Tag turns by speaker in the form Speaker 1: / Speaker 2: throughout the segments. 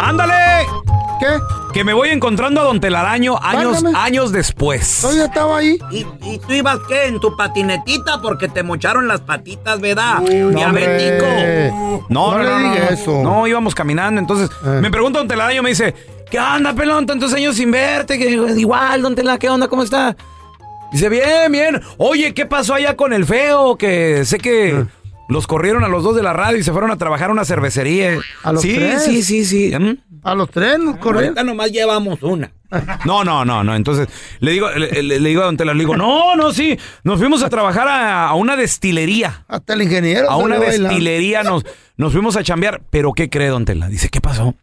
Speaker 1: ¡Ándale!
Speaker 2: ¿Qué?
Speaker 1: Que me voy encontrando a Don Telaraño años,
Speaker 2: Válgame.
Speaker 1: años después.
Speaker 2: ¿Todavía estaba ahí?
Speaker 3: ¿Y, y tú ibas qué? ¿En tu patinetita? Porque te mocharon las patitas, ¿verdad? Diabético.
Speaker 2: hombre.
Speaker 1: No, no,
Speaker 2: le
Speaker 1: no, no,
Speaker 2: diga
Speaker 1: no.
Speaker 2: eso. Eh.
Speaker 1: No, íbamos caminando, entonces me pregunta Don Telaraño, me dice, ¿qué onda, pelón? Tantos años sin verte, que igual, Don Telaraño, ¿qué onda? ¿Cómo está? Dice, bien, bien. Oye, ¿qué pasó allá con el feo? Que sé que
Speaker 2: Eh.
Speaker 1: los corrieron a los dos de la radio y se fueron a trabajar a una cervecería.
Speaker 2: ¿A los
Speaker 1: sí,
Speaker 2: tres?
Speaker 1: sí, sí, sí. ¿Mm?
Speaker 2: A los tres nos corrieron.
Speaker 3: Ahorita nomás llevamos una.
Speaker 1: No, no, no, no. Entonces le digo, le, le- le digo a Don Telaraño, le digo, no, no, sí. Nos fuimos a trabajar a- a una destilería.
Speaker 2: Hasta el ingeniero.
Speaker 1: a
Speaker 2: salió
Speaker 1: una
Speaker 2: bailando.
Speaker 1: destilería nos, nos fuimos a chambear. Pero ¿qué cree, don Tela? Dice, ¿qué pasó?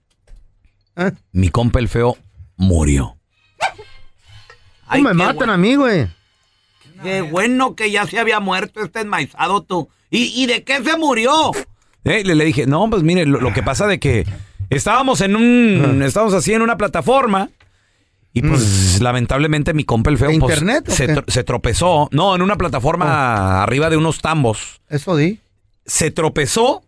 Speaker 2: ¿Eh?
Speaker 1: Mi compa el feo murió.
Speaker 2: No me eh. matan a mí, güey.
Speaker 3: Qué bueno que ya se había muerto este enmaizado tú. ¿Y, y de qué se murió?
Speaker 1: Eh, Le, le dije, no, pues mire, lo, lo que pasa de que estábamos en un. Estábamos así en una plataforma. Y pues lamentablemente mi compa el feo
Speaker 2: Mm. ¿De
Speaker 1: pues,
Speaker 2: internet o
Speaker 1: se,
Speaker 2: qué? Oh.
Speaker 1: tro- se tropezó. No, en una plataforma arriba de unos tambos.
Speaker 2: Eso di.
Speaker 1: Se tropezó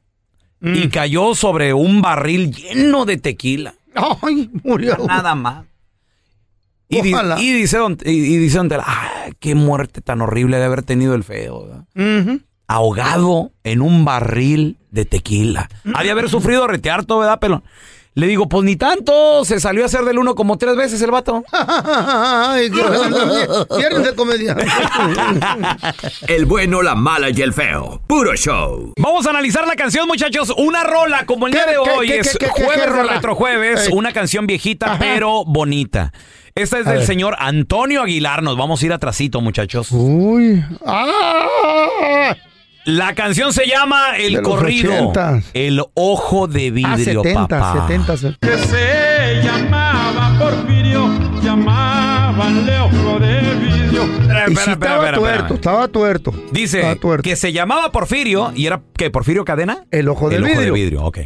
Speaker 2: Mm.
Speaker 1: y cayó sobre un barril lleno de tequila.
Speaker 2: Ay, murió.
Speaker 3: Nada más.
Speaker 1: Y, di-
Speaker 2: Ojalá.
Speaker 1: y dice don, y, y dice don Tela, "Ah, qué muerte tan horrible de haber tenido el feo. ¿verdad?
Speaker 2: Ujú.
Speaker 1: Ahogado en un barril de tequila. Ha de haber sufrido retear todo, ¿verdad, pelón? Le digo, pues ni tanto, se salió a hacer del uno como tres veces el vato.
Speaker 2: Ay, Viernes de comedia.
Speaker 4: El bueno, la mala y el feo. Puro show.
Speaker 1: Vamos a analizar la canción, muchachos. Una rola, como el día
Speaker 2: ¿Qué-
Speaker 1: de
Speaker 2: qué-
Speaker 1: hoy.
Speaker 2: qué-
Speaker 1: es
Speaker 2: qué- qué- qué-
Speaker 1: jueves
Speaker 2: qué
Speaker 1: de
Speaker 2: rola?
Speaker 1: retrojueves.
Speaker 2: Ey.
Speaker 1: Una canción viejita,
Speaker 2: Ajá.
Speaker 1: pero bonita. Esta es del
Speaker 2: ver.
Speaker 1: señor Antonio Aguilar. Nos vamos a ir atrasito, muchachos.
Speaker 2: Uy. Ah.
Speaker 1: La canción se llama El
Speaker 2: De los
Speaker 1: corrido.
Speaker 2: ochentas.
Speaker 1: El ojo de vidrio,
Speaker 2: Ah, 70,
Speaker 1: papá.
Speaker 2: 70. se-
Speaker 5: que se llamaba Porfirio, llamaban Leo de Vidrio.
Speaker 1: Espera,
Speaker 2: Y
Speaker 1: espera,
Speaker 2: sí,
Speaker 1: espera,
Speaker 2: estaba
Speaker 1: espera,
Speaker 2: tuerto,
Speaker 1: espera.
Speaker 2: estaba tuerto. Estaba
Speaker 1: Dice
Speaker 2: tuerto.
Speaker 1: que se llamaba Porfirio y era que Porfirio Cadena.
Speaker 2: El ojo del
Speaker 1: El ojo de
Speaker 2: vidrio.
Speaker 1: vidrio, ok.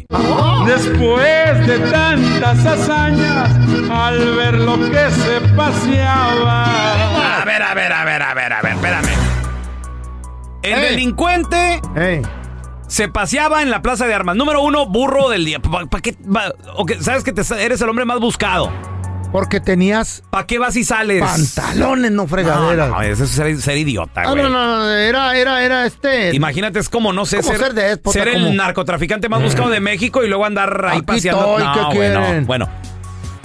Speaker 5: Después de tantas hazañas, al ver lo que se paseaba.
Speaker 1: A ver, a ver, a ver, a ver, a ver, espérame. El
Speaker 2: Ey.
Speaker 1: delincuente
Speaker 2: Ey,
Speaker 1: se paseaba en la plaza de armas. Número uno, burro del día. ¿Para qué? va- o que- ¿Sabes que te sa- eres el hombre más buscado?
Speaker 2: porque tenías
Speaker 1: ¿Para qué vas y sales?
Speaker 2: pantalones, no
Speaker 1: No,
Speaker 2: fregaderas.
Speaker 1: no, eso es ser, ser idiota,
Speaker 2: Ah,
Speaker 1: güey.
Speaker 2: no, no, no, era, era, era este.
Speaker 1: Imagínate, es como, no sé,
Speaker 2: Como ser déspota,
Speaker 1: ser el
Speaker 2: como-
Speaker 1: narcotraficante más buscado de México y luego andar ahí
Speaker 2: Aquí
Speaker 1: paseando.
Speaker 2: estoy,
Speaker 1: no,
Speaker 2: ¿qué
Speaker 1: güey, no.
Speaker 2: quieren? Mm.
Speaker 1: Bueno,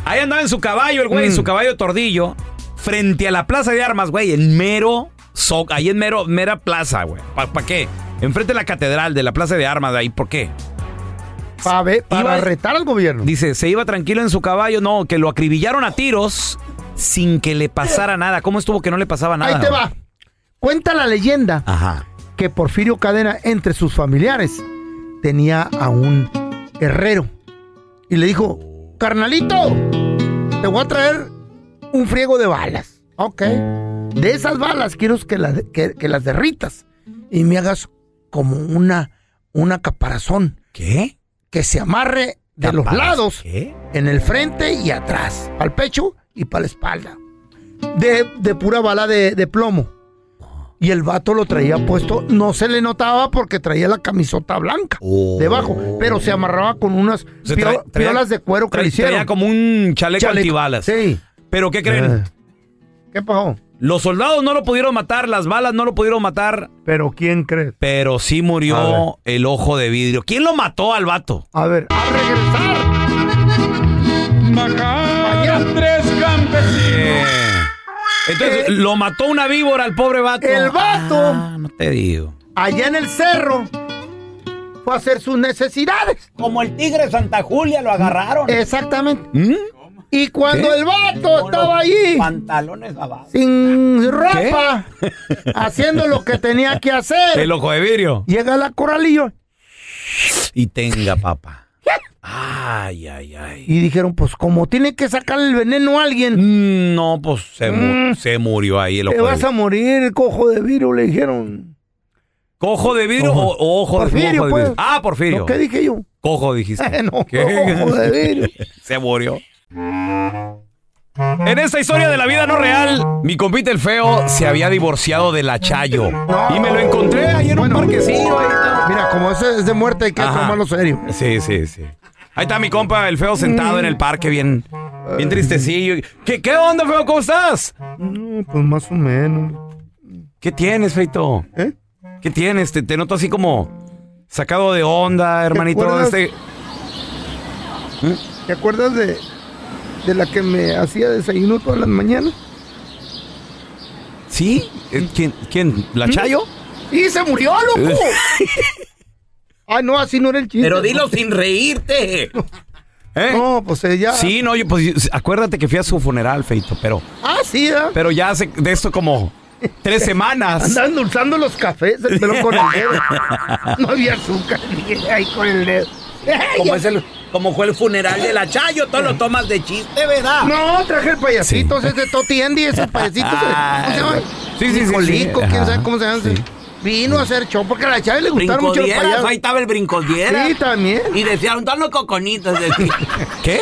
Speaker 1: Ahí andaba en su caballo, el güey, en su caballo tordillo, frente a la plaza de armas, güey, en mero, so- ahí en mero, mera plaza, güey. ¿Para qué? Enfrente de la catedral, de la plaza de armas, de ahí, ¿por qué? para
Speaker 2: retar al gobierno.
Speaker 1: Dice, se iba tranquilo en su caballo, no, que lo acribillaron a tiros sin que le pasara nada. ¿Cómo estuvo que no le pasaba nada?
Speaker 2: Ahí te
Speaker 1: güey?
Speaker 2: va. Cuenta la leyenda que Porfirio Cadena, entre sus familiares, tenía a un herrero. Y le dijo, carnalito, te voy a traer un friego de balas. Ok. De esas balas quiero que, las- que- que las derritas y me hagas como una, una caparazón.
Speaker 1: ¿Qué?
Speaker 2: Que se amarre de los
Speaker 1: ¿Caparazón?
Speaker 2: lados, en el frente y atrás, al pecho y para la espalda de, de pura bala de, de plomo. Y el vato lo traía puesto, no se le notaba porque traía la camisota blanca debajo, pero se amarraba con unas
Speaker 1: Oh. Se
Speaker 2: pio-
Speaker 1: trae- traía-
Speaker 2: piolas de cuero que
Speaker 1: trae-
Speaker 2: le hicieron.
Speaker 1: traía como un chaleco,
Speaker 2: Chaleco, Eh. Ah.
Speaker 1: antibalas. Sí. Pero ¿qué creen?
Speaker 2: ¿Qué pasó?
Speaker 1: Los soldados no lo pudieron matar, las balas no lo pudieron matar.
Speaker 2: Pero ¿quién crees?
Speaker 1: Pero sí murió el ojo de vidrio. ¿Quién lo mató al vato?
Speaker 2: A ver, a
Speaker 5: Bajaron tres campesinos.
Speaker 1: Eh. Entonces, lo mató una víbora al pobre vato.
Speaker 2: Eh.
Speaker 1: Ah,
Speaker 2: El vato
Speaker 1: No te digo.
Speaker 2: allá en el cerro fue a hacer sus necesidades.
Speaker 3: Como el tigre Santa Julia lo agarraron.
Speaker 2: Exactamente.
Speaker 1: ¿Mm?
Speaker 2: Y cuando
Speaker 3: ¿Qué?
Speaker 2: el vato estaba ahí,
Speaker 3: Pantalones abajo.
Speaker 2: sin ropa, haciendo lo que tenía que hacer,
Speaker 1: El ojo de vidrio.
Speaker 2: llega la corralillo
Speaker 1: Y tenga, papá. Ay, ay, ay.
Speaker 2: Y dijeron, pues como tiene que sacar el veneno a
Speaker 1: alguien, No, pues se, mu- se murió ahí el ojo
Speaker 2: Mm. te
Speaker 1: de
Speaker 2: vas
Speaker 1: vidrio.
Speaker 2: a morir, cojo de virus, le dijeron.
Speaker 1: ¿Cojo de vidrio
Speaker 2: Ojo.
Speaker 1: o, o ojo de
Speaker 2: Porfirio,
Speaker 1: ojo de
Speaker 2: pues.
Speaker 1: vidrio? Ah, porfirio.
Speaker 2: ¿No? ¿Qué dije yo?
Speaker 1: Cojo dijiste.
Speaker 2: No,
Speaker 1: ¿Qué?
Speaker 2: ojo de vidrio.
Speaker 1: se murió. En esta historia de la vida no real, mi compita el feo se había divorciado de la Chayo. Y me lo encontré ahí en un parquecillo.
Speaker 2: Mira, como eso es de muerte, hay que
Speaker 1: Ajá.
Speaker 2: tomarlo serio. Mm.
Speaker 1: Sí, sí, sí. Ahí está mi compa, el feo, sentado en el parque, bien, bien tristecillo. ¿Qué, ¿Qué onda, feo? ¿Cómo estás?
Speaker 2: No, pues más o menos.
Speaker 1: ¿Qué tienes, feito?
Speaker 2: ¿Eh?
Speaker 1: ¿Qué tienes? Te, te noto así como sacado de onda, hermanito.
Speaker 2: acuerdas?
Speaker 1: Este...
Speaker 2: ¿Te acuerdas de, de la que me hacía desayuno todas las mañanas?
Speaker 1: ¿Sí? Eh, ¿Quién? quién?
Speaker 2: ¿Mm?
Speaker 1: ¿La Chayo?
Speaker 2: ¡Y se murió, loco! ah, no, así no era el chiste.
Speaker 3: Pero dilo sin reírte.
Speaker 1: ¿Eh?
Speaker 2: No, pues ella.
Speaker 1: Sí, no, yo, pues acuérdate que fui a su funeral, feito, pero.
Speaker 2: Ah, sí, ¿eh?
Speaker 1: Pero ya hace de esto como tres semanas.
Speaker 2: Anda endulzando los cafés, el pelo con el dedo. No había azúcar, dije, ahí con el dedo.
Speaker 3: Como, es el- como fue el funeral de la Chayo, todo lo tomas de chiste, ¿verdad?
Speaker 2: No, traje el payasito, ese es de Toti Andy, esos payasitos. eh,
Speaker 3: Ah,
Speaker 2: ¿Cómo se llama?
Speaker 3: sí, sí, sí,
Speaker 2: Nicolico,
Speaker 3: sí,
Speaker 2: quién
Speaker 3: ajá.
Speaker 2: sabe cómo se llama. Vino a hacer show porque a la Chávez le gustaron mucho los
Speaker 3: Brincodieras, ahí
Speaker 2: payasos.
Speaker 3: estaba el brincodiera.
Speaker 2: Sí, también.
Speaker 3: Y decían, dan los coconitos.
Speaker 1: ¿Qué?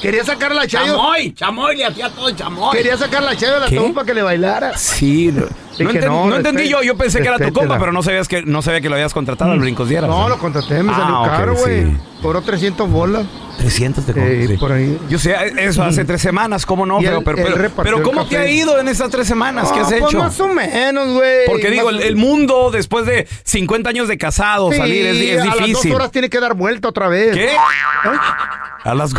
Speaker 2: Quería sacar a la Chayo.
Speaker 3: Chamoy, chamoy, le hacía todo chamoy.
Speaker 2: Quería sacar a la Chayo de la
Speaker 1: ¿Qué?
Speaker 2: tumba para que le bailara.
Speaker 1: Sí, no, no
Speaker 2: Dije,
Speaker 1: enten-
Speaker 2: no,
Speaker 1: no entendí
Speaker 2: respeta-
Speaker 1: yo, yo pensé que era tu
Speaker 2: respétela.
Speaker 1: compa, pero no sabías que no sabía que lo habías contratado al Brincos Dieras.
Speaker 2: No,
Speaker 1: ¿eh?
Speaker 2: lo contraté, me
Speaker 1: Ah,
Speaker 2: salió
Speaker 1: ok,
Speaker 2: caro, güey.
Speaker 1: sí.
Speaker 2: Cobró 300 bolas.
Speaker 1: 300 te
Speaker 2: Eh, por ahí.
Speaker 1: Yo sé, eso hace tres semanas, ¿cómo no?
Speaker 2: Y
Speaker 1: Pero,
Speaker 2: él-
Speaker 1: pero,
Speaker 2: él
Speaker 1: pero-
Speaker 2: repartió
Speaker 1: pero
Speaker 2: el
Speaker 1: ¿cómo
Speaker 2: café.
Speaker 1: te ha ido en esas tres semanas? ¿Qué has
Speaker 2: Ah, pues
Speaker 1: hecho?
Speaker 2: más o menos, güey.
Speaker 1: Porque digo,
Speaker 2: Más-
Speaker 1: el, el mundo después de 50 años de casado,
Speaker 2: Sí,
Speaker 1: salir es, es
Speaker 2: A las dos
Speaker 1: difícil.
Speaker 2: horas tiene que dar vuelta otra vez. ¿Eh?
Speaker 1: ¿Qué? A las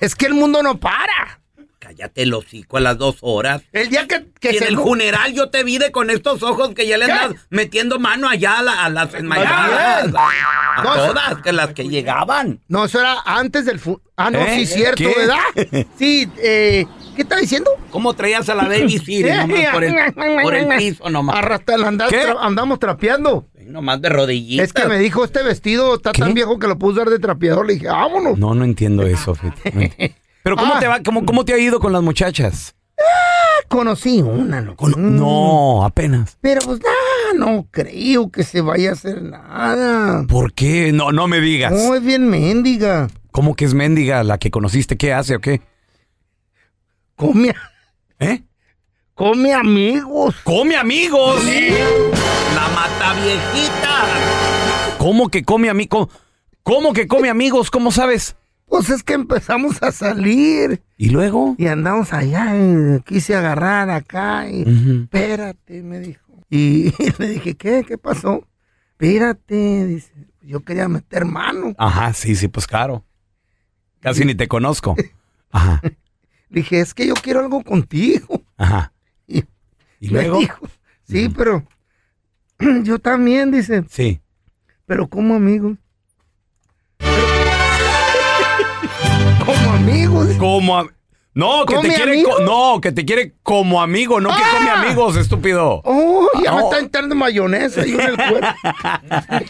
Speaker 2: Es que el mundo no para.
Speaker 3: Cállate el hocico a las dos horas.
Speaker 2: El día que,
Speaker 3: Y en
Speaker 2: se-
Speaker 3: el funeral yo te vi de con estos ojos que ya le andas metiendo mano allá a, la- a
Speaker 2: Pues,
Speaker 3: las enmayadas. A
Speaker 2: No,
Speaker 3: todas, que las que llegaban.
Speaker 2: No, eso era antes del fu- Ah, no,
Speaker 3: ¿Eh?
Speaker 2: sí, cierto,
Speaker 3: ¿Qué?
Speaker 2: ¿verdad? Sí, eh, ¿qué está diciendo?
Speaker 3: ¿Cómo traías a la baby Siri? nomás por, el, por el piso nomás.
Speaker 2: Arrastra, la andás
Speaker 3: ¿Qué?
Speaker 2: tra- andamos trapeando.
Speaker 3: Nomás de rodillitas.
Speaker 2: Es que me dijo, este vestido está tan viejo que lo puse dar de trapeador. Le dije, vámonos.
Speaker 1: No, no entiendo eso, Fito, no entiendo. Pero ¿cómo,
Speaker 2: Ah.
Speaker 1: te va, cómo, ¿cómo te ha ido con las muchachas?
Speaker 2: Ah, conocí una, loco.
Speaker 1: No, apenas.
Speaker 2: Pero pues nada, no creo que se vaya a hacer nada.
Speaker 1: ¿Por qué? No, no me digas.
Speaker 2: No, es bien mendiga.
Speaker 1: ¿Cómo que es mendiga la que conociste? ¿Qué hace o qué?
Speaker 2: Come,
Speaker 1: ¿Eh?
Speaker 2: come amigos.
Speaker 1: ¡Come amigos!
Speaker 3: La mata viejita.
Speaker 1: ¿Cómo que come amigos? ¿Cómo que come amigos? ¿Cómo sabes?
Speaker 2: Pues es que empezamos a salir.
Speaker 1: ¿Y luego?
Speaker 2: Y andamos allá, y quise agarrar acá y espérate, me dijo. Y, le dije, ¿qué? ¿Qué pasó? Espérate, dice, yo quería meter mano.
Speaker 1: Ajá, sí, sí, pues claro. Casi ni te conozco.
Speaker 2: Dije, es que yo quiero algo contigo.
Speaker 1: Ajá.
Speaker 2: Y,
Speaker 1: ¿Y
Speaker 2: me
Speaker 1: luego?
Speaker 2: dijo, sí, pero yo también, dice.
Speaker 1: Sí.
Speaker 2: Pero como amigo. como amigos.
Speaker 1: Como am- No, que te
Speaker 2: ¿Come
Speaker 1: quiere
Speaker 2: amigos?
Speaker 1: co- no, que te quiere como amigo, no que
Speaker 4: ¡Ah!
Speaker 1: come amigos, estúpido.
Speaker 2: Oh, ya me
Speaker 1: Oh.
Speaker 2: está entrando mayonesa yo en el cuerpo.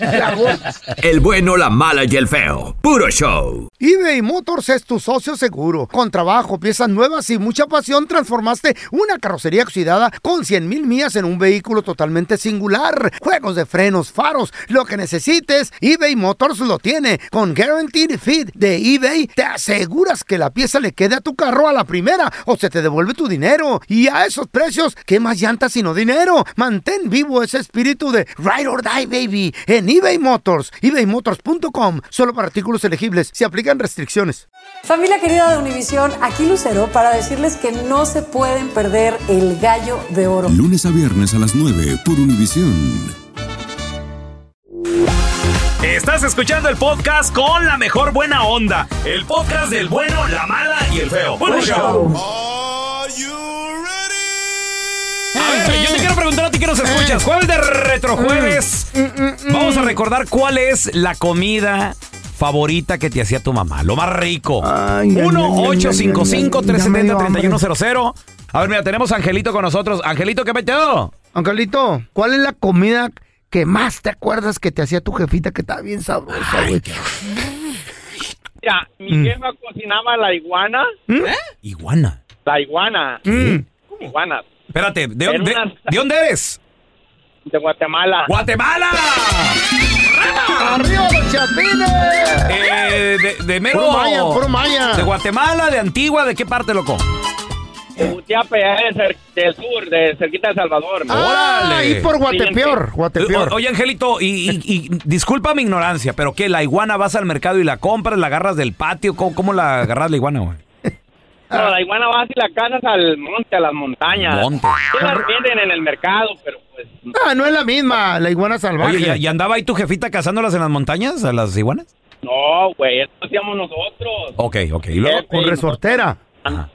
Speaker 2: La voz.
Speaker 4: El bueno, la mala y el feo. Puro show.
Speaker 2: eBay Motors es tu socio seguro. Con trabajo, piezas nuevas y mucha pasión, transformaste una carrocería oxidada con 100.000 mil millas en un vehículo totalmente singular. Juegos de frenos, faros, lo que necesites, eBay Motors lo tiene. Con Guaranteed Fit de eBay, te aseguras que la pieza le quede a tu carro a la primera o se te devuelve tu dinero. Y a esos precios, ¿qué más llantas sino dinero? Mantén vivo ese espíritu de Ride or Die, baby, en eBay Motors. ebaymotors.com, solo para artículos elegibles, se aplican restricciones.
Speaker 6: Familia querida de Univisión, aquí Lucero para decirles que no se pueden perder el gallo de oro.
Speaker 7: Lunes a viernes a las 9 por Univisión.
Speaker 8: Estás escuchando el podcast con la mejor buena onda. El podcast del bueno, la mala y el feo. Bueno, show.
Speaker 1: Ay, Yo te quiero preguntar a ti que nos escuchas. Jueves de retrojueves. Vamos a recordar cuál es la comida favorita que te hacía tu mamá. Lo más rico.
Speaker 2: ay, ay, ay, ay, ay, ay, ay, ay,
Speaker 1: 1-855-370-3100. A ver, mira, tenemos a Angelito con nosotros. Angelito, ¿qué peteo?
Speaker 2: Angelito, ¿cuál es la comida que más te acuerdas que te hacía tu jefita que estaba bien sabrosa, güey?
Speaker 9: Mira, mi
Speaker 2: Mm.
Speaker 9: jefa cocinaba la iguana.
Speaker 1: Iguana.
Speaker 9: La iguana. Iguana.
Speaker 1: Mm. Espérate, ¿de,
Speaker 9: Era
Speaker 1: dónde-
Speaker 9: una-
Speaker 1: ¿de dónde eres?
Speaker 9: De Guatemala.
Speaker 1: ¡Guatemala!
Speaker 2: ¡Arriba los chapines!
Speaker 1: Eh, de, de mero.
Speaker 2: Puro maya, puro maya.
Speaker 1: ¿De Guatemala, de Antigua, de qué parte, loco?
Speaker 9: Utiape es cer- del sur, de cerquita de Salvador.
Speaker 1: ¡Órale!
Speaker 2: Ah, Ahí por Guatepeor, Guatepeor.
Speaker 1: Eh, O- oye, Angelito, y, y- y disculpa mi ignorancia, pero ¿qué? ¿La iguana vas al mercado y la compras, la agarras del patio? ¿Cómo, cómo la agarras la iguana, güey?
Speaker 9: No, la iguana va y la cazas al monte, a las montañas.
Speaker 1: Monte.
Speaker 9: Sí Pues las venden en el mercado, pero pues...
Speaker 2: Ah, no es la misma, la iguana salvaje.
Speaker 1: Oye, ¿y, y andaba ahí tu jefita cazándolas en las montañas, a las iguanas?
Speaker 9: No, güey, esto hacíamos nosotros.
Speaker 1: Ok, ok. ¿Y luego?
Speaker 9: Este,
Speaker 2: Con resortera.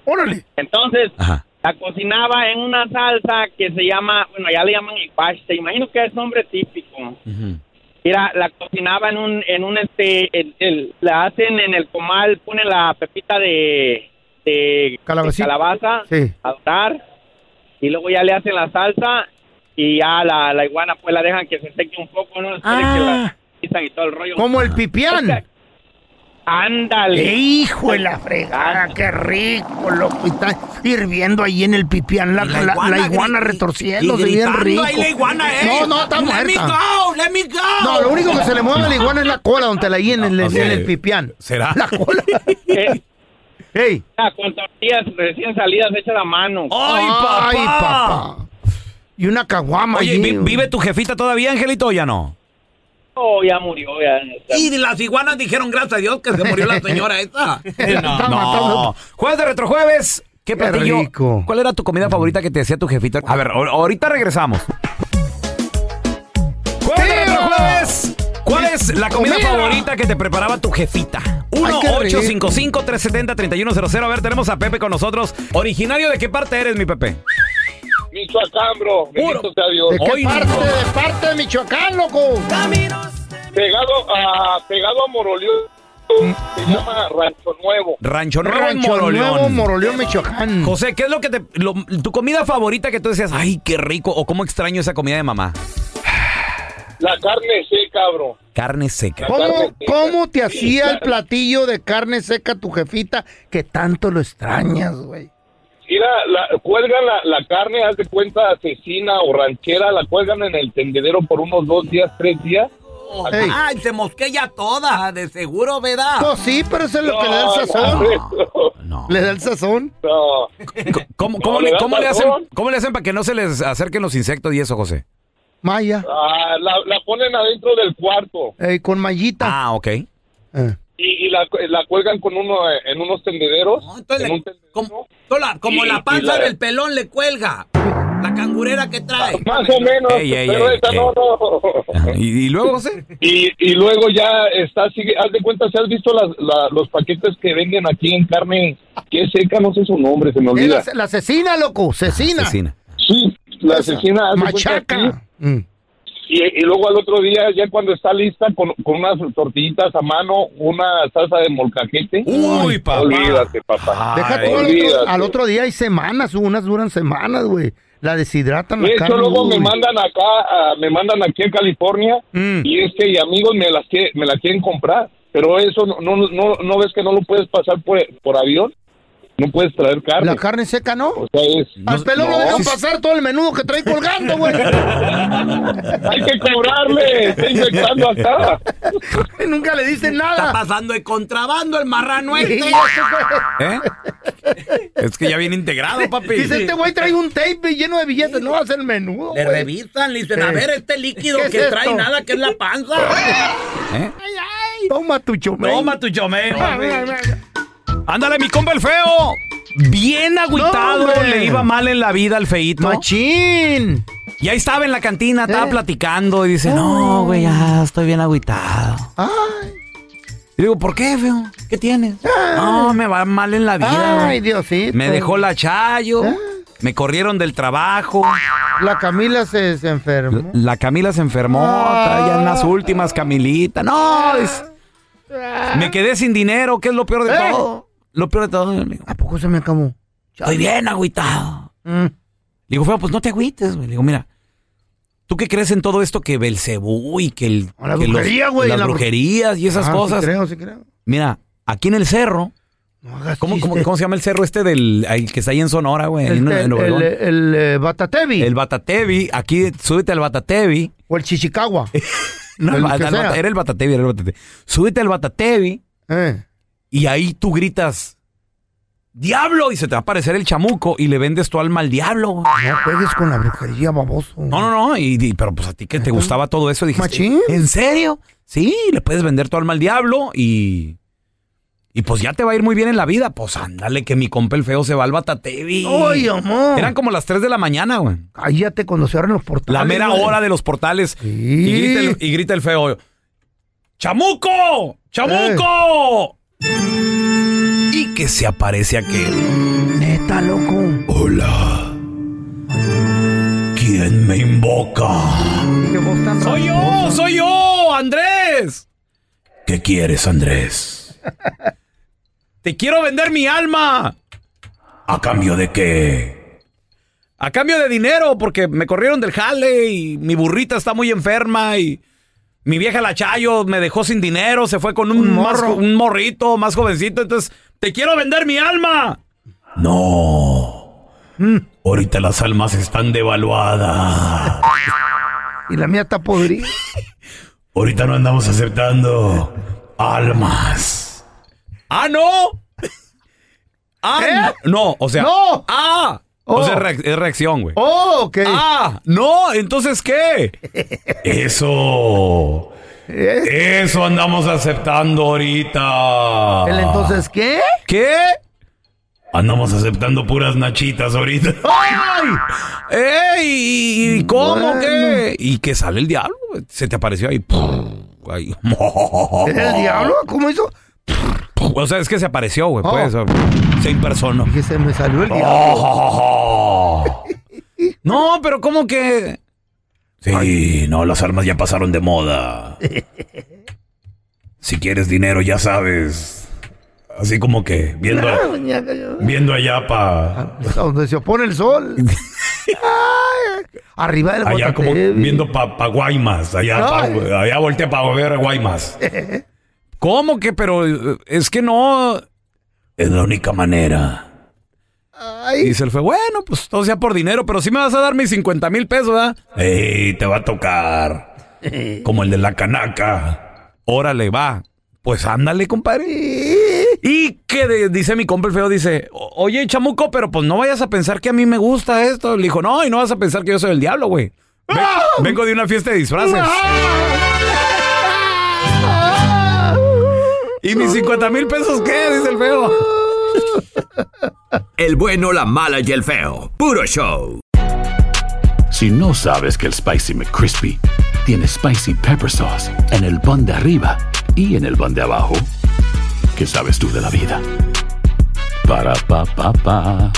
Speaker 2: ¡Órale!
Speaker 9: Entonces,
Speaker 1: Ajá.
Speaker 9: la cocinaba en una salsa que se llama, bueno, ya le llaman ipash, te imagino que es nombre típico. Mira, la cocinaba en un, en un, este, el- el- la hacen en el comal, ponen la pepita de, de,
Speaker 2: Calabacín.
Speaker 9: de calabaza
Speaker 2: Sí.
Speaker 9: a dorar, y luego ya le hacen la salsa y ya la, la iguana pues la dejan que se seque un poco, ¿no? Después
Speaker 10: Ah.
Speaker 1: Ah.
Speaker 9: de que la quitan y todo el rollo.
Speaker 2: Como el pipián.
Speaker 9: Ándale.
Speaker 2: Hijo de la fregada, qué rico, loco. Y está hirviendo ahí en el pipián la, la, la iguana, retorciéndose bien rico. No, no, está muerta.
Speaker 1: let me eh. go.
Speaker 2: No, lo único que se le mueve a la iguana es la cola donde la llenen en, el-
Speaker 1: Ok.
Speaker 2: en el pipián.
Speaker 1: ¿Será?
Speaker 2: La cola.
Speaker 9: Eh,
Speaker 2: ¡Ey!
Speaker 9: ah, con tortillas recién salidas hechas a mano.
Speaker 1: ¡Ay, papá!
Speaker 2: Ay, papá. Y una caguama
Speaker 1: Oye,
Speaker 2: allí,
Speaker 1: ¿vi-
Speaker 2: güey.
Speaker 1: ¿vive tu jefita todavía, Angelito, o ya no?
Speaker 9: Oh, ya murió, ya. ya-
Speaker 3: Y las iguanas dijeron, gracias a Dios, que se murió la señora esta.
Speaker 1: No, no. Jueves de retrojueves. ¿Qué platillo?
Speaker 2: rico.
Speaker 1: ¿Cuál era tu comida favorita que te hacía tu jefita? A ver, ahor- ahorita regresamos. Jueves de retrojueves. ¿Cuál es la comida
Speaker 2: Comida.
Speaker 1: favorita que te preparaba tu jefita?
Speaker 2: qué rico.
Speaker 1: 1-855-370-3100. A ver, tenemos a Pepe con nosotros. ¿Originario de qué parte eres, mi Pepe?
Speaker 11: Michoacán, bro. Bendito sea Dios.
Speaker 2: ¿De qué
Speaker 1: Hoy no.
Speaker 2: parte? ¿De parte de Michoacán, loco?
Speaker 11: Pegado a, pegado a Morolión. Se llama Rancho Nuevo.
Speaker 1: Rancho Nuevo, en
Speaker 2: Rancho
Speaker 1: Moroleón.
Speaker 2: Nuevo, Moroleón, Michoacán.
Speaker 1: José, ¿qué es lo que te. lo- tu comida favorita que tú decías, ay, qué rico, o cómo extraño esa comida de mamá?
Speaker 11: La carne seca, bro.
Speaker 1: Carne seca.
Speaker 2: ¿Cómo,
Speaker 11: carne seca.
Speaker 2: ¿Cómo te hacía el
Speaker 11: claro.
Speaker 2: platillo de carne seca tu jefita que tanto lo extrañas, güey?
Speaker 11: Mira, la, cuelgan la, la carne, haz de cuenta, asesina o ranchera, la cuelgan en el tendedero por unos dos días, tres días. Aquí-
Speaker 3: Oh, Ay, se mosquea toda, de seguro, ¿verdad?
Speaker 2: Pues sí, pero eso es lo que le da el sazón. Le da el sazón.
Speaker 11: No.
Speaker 1: ¿Cómo, cómo
Speaker 11: No,
Speaker 1: le,
Speaker 11: le da
Speaker 1: cómo le hacen,
Speaker 11: sazón.
Speaker 1: cómo le hacen para que no se les acerquen los insectos y eso, José?
Speaker 2: Maya,
Speaker 11: Ah, la, la ponen adentro del cuarto
Speaker 2: eh, con Eh. mallita.
Speaker 1: Ah, ok.
Speaker 11: y, y la, la cuelgan con uno eh, en unos tendederos.
Speaker 3: entonces
Speaker 11: en
Speaker 3: le-
Speaker 11: un tendedero.
Speaker 3: Sola, como
Speaker 11: Y-
Speaker 3: la
Speaker 11: y
Speaker 3: panza
Speaker 11: la-
Speaker 3: del pelón le cuelga. La cangurera que trae.
Speaker 1: Ah,
Speaker 11: Más o menos,
Speaker 3: Ey, ey,
Speaker 11: pero
Speaker 3: ey,
Speaker 11: esa
Speaker 3: ey. Ah,
Speaker 11: no, no.
Speaker 1: ¿Y, luego,
Speaker 11: Y, y luego ya está, sigue, haz de cuenta, si has visto las- la- los paquetes que venden aquí en carne, que es seca, no sé su nombre, se me
Speaker 2: Es
Speaker 11: olvida.
Speaker 2: la, la asesina, loco, asesina.
Speaker 11: Sí, la asesina. haz de cuenta,
Speaker 2: Machaca. Mm.
Speaker 11: sí. Y, y luego al otro día, ya cuando está lista, con, con unas tortillitas a mano, una salsa de molcajete.
Speaker 1: Uy, papá.
Speaker 11: Olvídate, papá.
Speaker 2: Deja tú al otro, al otro día hay semanas, unas duran semanas, güey. La deshidratan la
Speaker 11: De hecho,
Speaker 2: carne,
Speaker 11: luego me
Speaker 2: uy.
Speaker 11: mandan acá, a- me mandan aquí a California
Speaker 1: Mm.
Speaker 11: y es que y amigos me las que- me la quieren comprar, pero eso no, no, no, no ves que no lo puedes pasar por, por avión, no puedes traer carne.
Speaker 2: La carne seca, ¿no?
Speaker 11: O sea, es,
Speaker 2: Al pelón
Speaker 11: no.
Speaker 2: lo dejan pasar todo el menudo que trae colgando, güey.
Speaker 11: Hay que cobrarle, está infectando acá.
Speaker 2: Nunca le diste nada.
Speaker 3: Está pasando el contrabando el marrano este.
Speaker 1: ¿Eh? Es que ya viene integrado, papi.
Speaker 2: Dice, este güey trae un tape lleno de billetes, no va a ser menudo.
Speaker 3: Le
Speaker 2: güey.
Speaker 3: revisan, le dicen, a
Speaker 2: Eh.
Speaker 3: ver este líquido
Speaker 2: ¿Qué es
Speaker 3: que trae
Speaker 2: esto?
Speaker 3: nada, que es la panza.
Speaker 2: ¿Eh? Toma tu chomel.
Speaker 1: Toma tu chomel. Ándale, mi compa el feo. Bien agüitado,
Speaker 2: No, hombre.
Speaker 1: le iba mal en la vida al feito.
Speaker 2: Machín.
Speaker 1: Y ahí estaba en la cantina,
Speaker 2: Eh.
Speaker 1: estaba platicando y dice, no, güey, ya estoy bien agüitado. Y digo, ¿por qué, feo? ¿Qué tienes? No, me va mal en la vida.
Speaker 2: Ah. Ay,
Speaker 1: güey.
Speaker 2: Diosito. Ah.
Speaker 1: Me dejó la chayo, me corrieron del trabajo.
Speaker 2: La Camila se, se enfermó.
Speaker 1: La Camila se enfermó,
Speaker 2: Ah.
Speaker 1: está ya en las últimas, Camilita. No, es- me quedé sin dinero, que es lo peor de
Speaker 2: Eh.
Speaker 1: todo. Lo peor de todo. Le digo,
Speaker 2: ¿A poco se me acabó? Mm.
Speaker 1: Estoy bien agüitado. Le digo, feo, pues no te agüites, güey. Le digo, mira, ¿tú qué crees en todo esto que Belcebú y que, el,
Speaker 2: O la
Speaker 1: que los-
Speaker 2: brujería, güey.
Speaker 1: las
Speaker 2: la bru-
Speaker 1: brujerías y esas
Speaker 2: Ah, sí
Speaker 1: cosas?
Speaker 2: creo, sí creo.
Speaker 1: Mira, aquí en el cerro,
Speaker 2: No hagas
Speaker 1: ¿cómo, cómo-
Speaker 2: chiste.
Speaker 1: cómo se llama el cerro este del el que está ahí en Sonora, güey?
Speaker 2: El,
Speaker 1: en-
Speaker 2: Este, el-
Speaker 1: en Obregón?
Speaker 2: el- el, eh, Batatevi.
Speaker 1: El Batatevi, aquí súbete al Batatevi.
Speaker 2: O el Chichicagua.
Speaker 1: No,
Speaker 2: El
Speaker 1: al-
Speaker 2: que
Speaker 1: al
Speaker 2: sea.
Speaker 1: Bata- era el Batatevi, era el Batatevi. Súbete al Batatevi
Speaker 2: Eh,
Speaker 1: y ahí tú gritas, ¡Diablo! Y se te va a aparecer el chamuco y le vendes tu alma al diablo. güey.
Speaker 2: No juegues con la brujería, baboso.
Speaker 1: No, no, no. Y, y- pero pues a ti que te gustaba todo eso, dijiste.
Speaker 2: Machín.
Speaker 1: ¿En serio? Sí, le puedes vender tu alma al diablo y. Y pues ya te va a ir muy bien en la vida. Pues ándale, que mi compa el feo se va al Batatevi.
Speaker 2: ¡Ay, amor!
Speaker 1: Eran como las 3 de la mañana, güey.
Speaker 2: Cállate cuando se abren los portales.
Speaker 1: La mera
Speaker 2: güey.
Speaker 1: hora de los portales. Y, grita el, y grita el feo. ¡Chamuco! ¡Chamuco!
Speaker 2: Eh.
Speaker 1: Y que se aparece aquel.
Speaker 2: Neta, loco.
Speaker 1: Hola. ¿Quién me invoca? ¡Soy yo! ¡Soy yo! ¡Andrés! ¿Qué quieres, Andrés? ¡Te quiero vender mi alma! ¿A cambio de qué? A cambio de dinero, porque me corrieron del jale y mi burrita está muy enferma y mi vieja la Chayo me dejó sin dinero, se fue con un, más jo- un morrito más jovencito, entonces te quiero vender mi alma. Mm. No. Ahorita las almas están devaluadas.
Speaker 2: Y la mía está podrida.
Speaker 1: Ahorita no andamos aceptando almas. ¡Ah, no! ¡Ah! No, o sea.
Speaker 2: ¿Eh? ¡No!
Speaker 1: ¡Ah! O sea, es reac- es reacción, güey.
Speaker 2: ¡Oh, ok!
Speaker 1: ¡Ah! ¡No! ¿Entonces qué? Eso.
Speaker 2: Eh,
Speaker 1: Eso andamos aceptando ahorita.
Speaker 2: ¿El entonces qué?
Speaker 1: ¿Qué? Andamos aceptando puras nachitas ahorita.
Speaker 2: ¡Ay!
Speaker 1: ¡Ey! ¿Y cómo qué? Y que sale el diablo. güey. Se te apareció ahí. ahí.
Speaker 2: ¿Es
Speaker 1: Ah.
Speaker 2: el diablo? ¿Cómo hizo?
Speaker 1: O sea, es que se apareció, güey.
Speaker 2: Oh.
Speaker 1: Pues, se impersonó. Oh.
Speaker 2: Que se me salió el diablo.
Speaker 1: No, pero ¿cómo que? Sí, no, las armas ya pasaron de moda. Si quieres dinero, ya sabes. Así como que Ah, viendo,
Speaker 2: Ah,
Speaker 1: viendo allá para
Speaker 2: Hasta Ah, Donde se opone el sol. Ay, arriba del
Speaker 1: allá como
Speaker 2: Guatatevi.
Speaker 1: viendo para Guaymas, allá pa- allá voltea para ver a Guaymas. ¿Cómo que? Pero eh, es que no. Es la única manera. Y dice el fue, bueno, pues todo sea por dinero, pero sí me vas a dar mis 50 mil pesos, ¿verdad? Ey, te va a tocar. Como el de la canaca. Órale, va. Pues ándale, compadre. Y que de- dice mi compa el feo, dice, "O- oye, chamuco, pero pues no vayas a pensar que a mí me gusta esto. Le dijo, no, y no vas a pensar que yo soy el diablo, güey. Ven- Vengo de una fiesta de disfraces. ¿Y mis 50 mil pesos qué? Dice el feo.
Speaker 4: El bueno, la mala y el feo. Puro show.
Speaker 12: Si no sabes que el Spicy McCrispy tiene Spicy Pepper Sauce en el pan de arriba y en el pan de abajo, ¿qué sabes tú de la vida? Para, pa, pa, pa.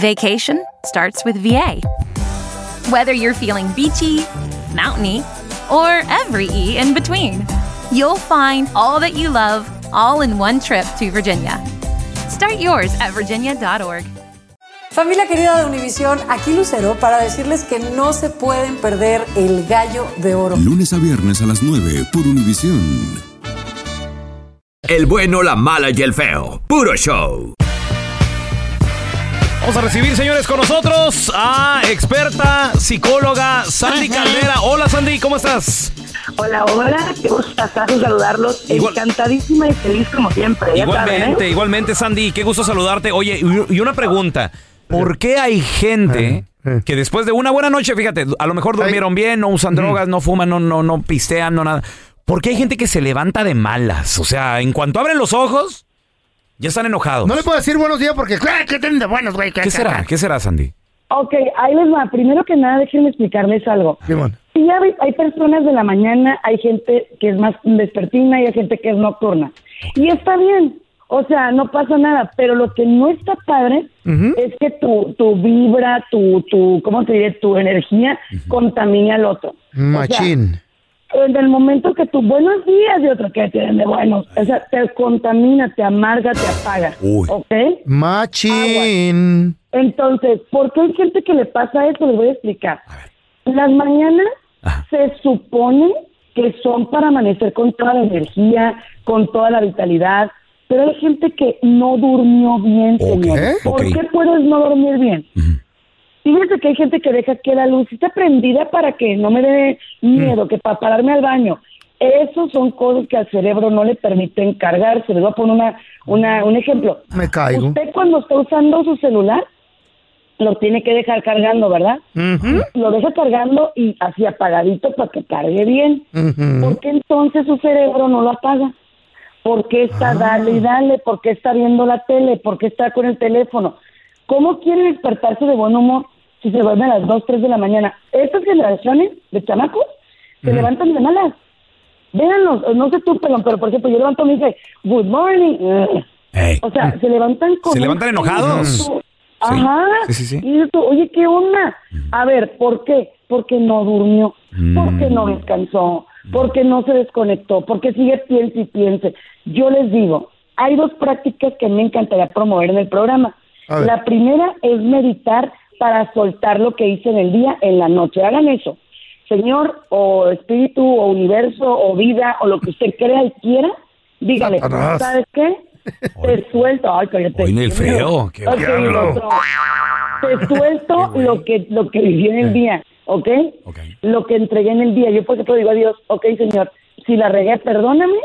Speaker 13: Vacation starts with VA. Whether you're feeling beachy, mountainy, or every E in between, you'll find all that you love all in one trip to Virginia. Start yours at virginia.org.
Speaker 6: Familia querida de Univisión, aquí Lucero para decirles que no se pueden perder el gallo de oro.
Speaker 7: Lunes a viernes a las 9 por Univisión.
Speaker 4: El bueno, la mala y el feo. Puro show.
Speaker 1: Vamos a recibir, señores, con nosotros a experta psicóloga Sandy Caldera. Hola, Sandy, ¿cómo estás?
Speaker 14: Hola, hola, qué gusto saludarlos, saludarlos. Encantadísima y feliz como siempre. ya
Speaker 1: Igualmente,
Speaker 14: saben, ¿eh?
Speaker 1: igualmente, Sandy, qué gusto saludarte. Oye, y y una pregunta. ¿Por qué hay gente que después de una buena noche, fíjate, a lo mejor durmieron bien, no usan drogas, no fuman, no, no, no pistean, no nada? ¿Por qué hay gente que se levanta de malas? O sea, en cuanto abren los ojos, ya están enojados.
Speaker 2: No le puedo decir buenos días porque, claro, ¿qué tienen de buenos, güey?
Speaker 1: ¿Qué será? ¿Qué será, Sandy?
Speaker 14: Ok, ahí les va. Primero que nada, déjenme explicarles algo. Sí, ya ves, hay personas de la mañana, hay gente que es más vespertina y hay gente que es nocturna. Y está bien, o sea, no pasa nada, pero lo que no está padre
Speaker 15: Ujú.
Speaker 14: es que tu, tu vibra, tu, tu, ¿cómo te diré? Tu energía contamina al otro.
Speaker 2: Machín.
Speaker 14: En el momento que tu buenos días y otro que tienen de buenos, o sea, te contamina, te amarga, te apaga.
Speaker 2: Uy.
Speaker 14: ¿Ok?
Speaker 2: Machín.
Speaker 14: Entonces, ¿por qué hay gente que le pasa eso? Les voy a explicar. Las mañanas se supone que son para amanecer con toda la energía, con toda la vitalidad, pero hay gente que no durmió bien, señor. ¿Eh? ¿Por
Speaker 16: ok.
Speaker 14: qué puedes no dormir bien? Fíjense que hay gente que deja que la luz esté prendida para que no me dé miedo, que para pararme al baño. Esos son cosas que al cerebro no le permiten cargarse. Les voy a poner una, una, un ejemplo.
Speaker 2: Me caigo.
Speaker 14: Usted cuando está usando su celular, lo tiene que dejar cargando, ¿verdad? Lo deja cargando y así apagadito para que cargue bien. ¿Por qué entonces su cerebro no lo apaga? ¿Por qué está dale y dale? ¿Por qué está viendo la tele? ¿Por qué está con el teléfono? ¿Cómo quiere despertarse de buen humor si se duerme a las 2, 3 de la mañana? Estas generaciones de chamacos se
Speaker 17: Ujú.
Speaker 14: levantan de malas. Véanlos, no sé tú, pelón, pero por ejemplo, yo levanto y me dice, good morning. O sea, se levantan con...
Speaker 1: Se
Speaker 14: un
Speaker 1: levantan enojados.
Speaker 14: canto. Ajá.
Speaker 1: Sí, sí, Mm. sí.
Speaker 14: Y dices tú, oye, ¿qué onda? A ver, ¿por qué? Porque no durmió, porque no
Speaker 1: Mm.
Speaker 14: descansó, porque no se desconectó, porque sigue piense y piense. Yo les digo, hay dos prácticas que me encantaría promover en el programa.
Speaker 18: A ver.
Speaker 14: La primera es meditar para soltar lo que hice en el día, en la noche. Hagan eso. Señor, o espíritu, o universo, o vida, o lo que usted crea y quiera, dígale,
Speaker 1: Satanás.
Speaker 14: ¿sabes qué? Te suelto. Ay, cállate.
Speaker 1: Oye, el feo, qué
Speaker 14: Ok,
Speaker 1: diablo.
Speaker 14: otro. Te suelto lo que lo que viví en
Speaker 1: Eh.
Speaker 14: el día, ¿ok? Lo que entregué en el día. Yo, por ejemplo, digo a Dios, ok, Señor, si la regué, perdóname.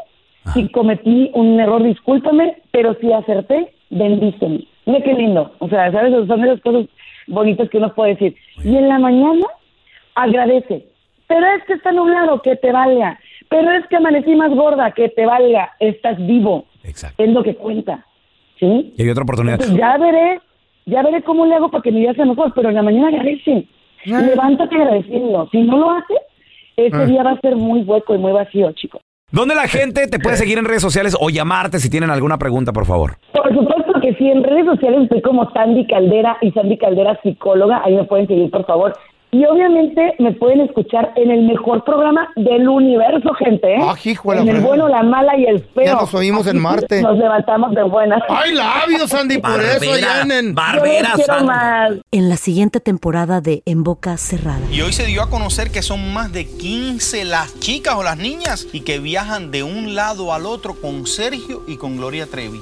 Speaker 14: Si cometí un error, discúlpame. Pero si acerté, bendíceme. Mira qué lindo. O sea, ¿sabes? Son de las cosas bonitas que uno puede decir. Y en la mañana, agradece. Pero es que está nublado, que te valga. Pero es que amanecí más gorda, que te valga. Estás vivo.
Speaker 1: Exacto.
Speaker 14: Es lo que cuenta. ¿Sí?
Speaker 1: Y hay otra oportunidad.
Speaker 14: Pues ya veré, ya veré cómo le hago para que mi día sea mejor, pero en la mañana agradece.
Speaker 2: Ah.
Speaker 14: Levántate agradeciendo. Si no lo haces, ese
Speaker 1: Ah.
Speaker 14: día va a ser muy hueco y muy vacío, chicos.
Speaker 1: ¿Dónde la gente te puede seguir en redes sociales o llamarte si tienen alguna pregunta, por favor?
Speaker 14: Por supuesto que sí, en redes sociales estoy como Sandy Caldera y Sandy Caldera psicóloga, ahí me pueden seguir, por favor. Y obviamente me pueden escuchar en el mejor programa del universo, gente. ¿eh?
Speaker 2: de la
Speaker 14: en el
Speaker 2: fregada.
Speaker 14: bueno, la mala y el
Speaker 2: Ah,
Speaker 14: feo.
Speaker 2: Ya nos oímos en
Speaker 14: Aquí
Speaker 2: Marte.
Speaker 14: Nos levantamos de buenas.
Speaker 2: ¡Ay, labios, Sandy! Por eso ya en- en...
Speaker 10: En la siguiente temporada de En Boca Cerrada.
Speaker 19: Y hoy se dio a conocer que son más de 15 las chicas o las niñas y que viajan de un lado al otro con Sergio y con Gloria Trevi.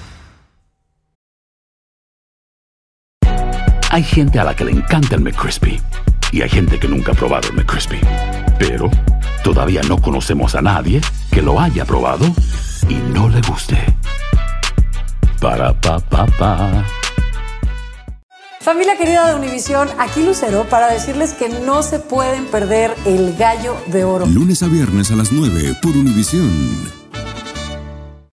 Speaker 12: Hay gente a la que le encanta el McCrispy y hay gente que nunca ha probado el McCrispy. Pero
Speaker 2: Todavía no conocemos a nadie que lo haya probado y no le guste. Para pa pa pa.
Speaker 10: Familia querida de Univisión, aquí Lucero para decirles que no se pueden perder el gallo de oro.
Speaker 7: Lunes a viernes a las 9 por Univisión.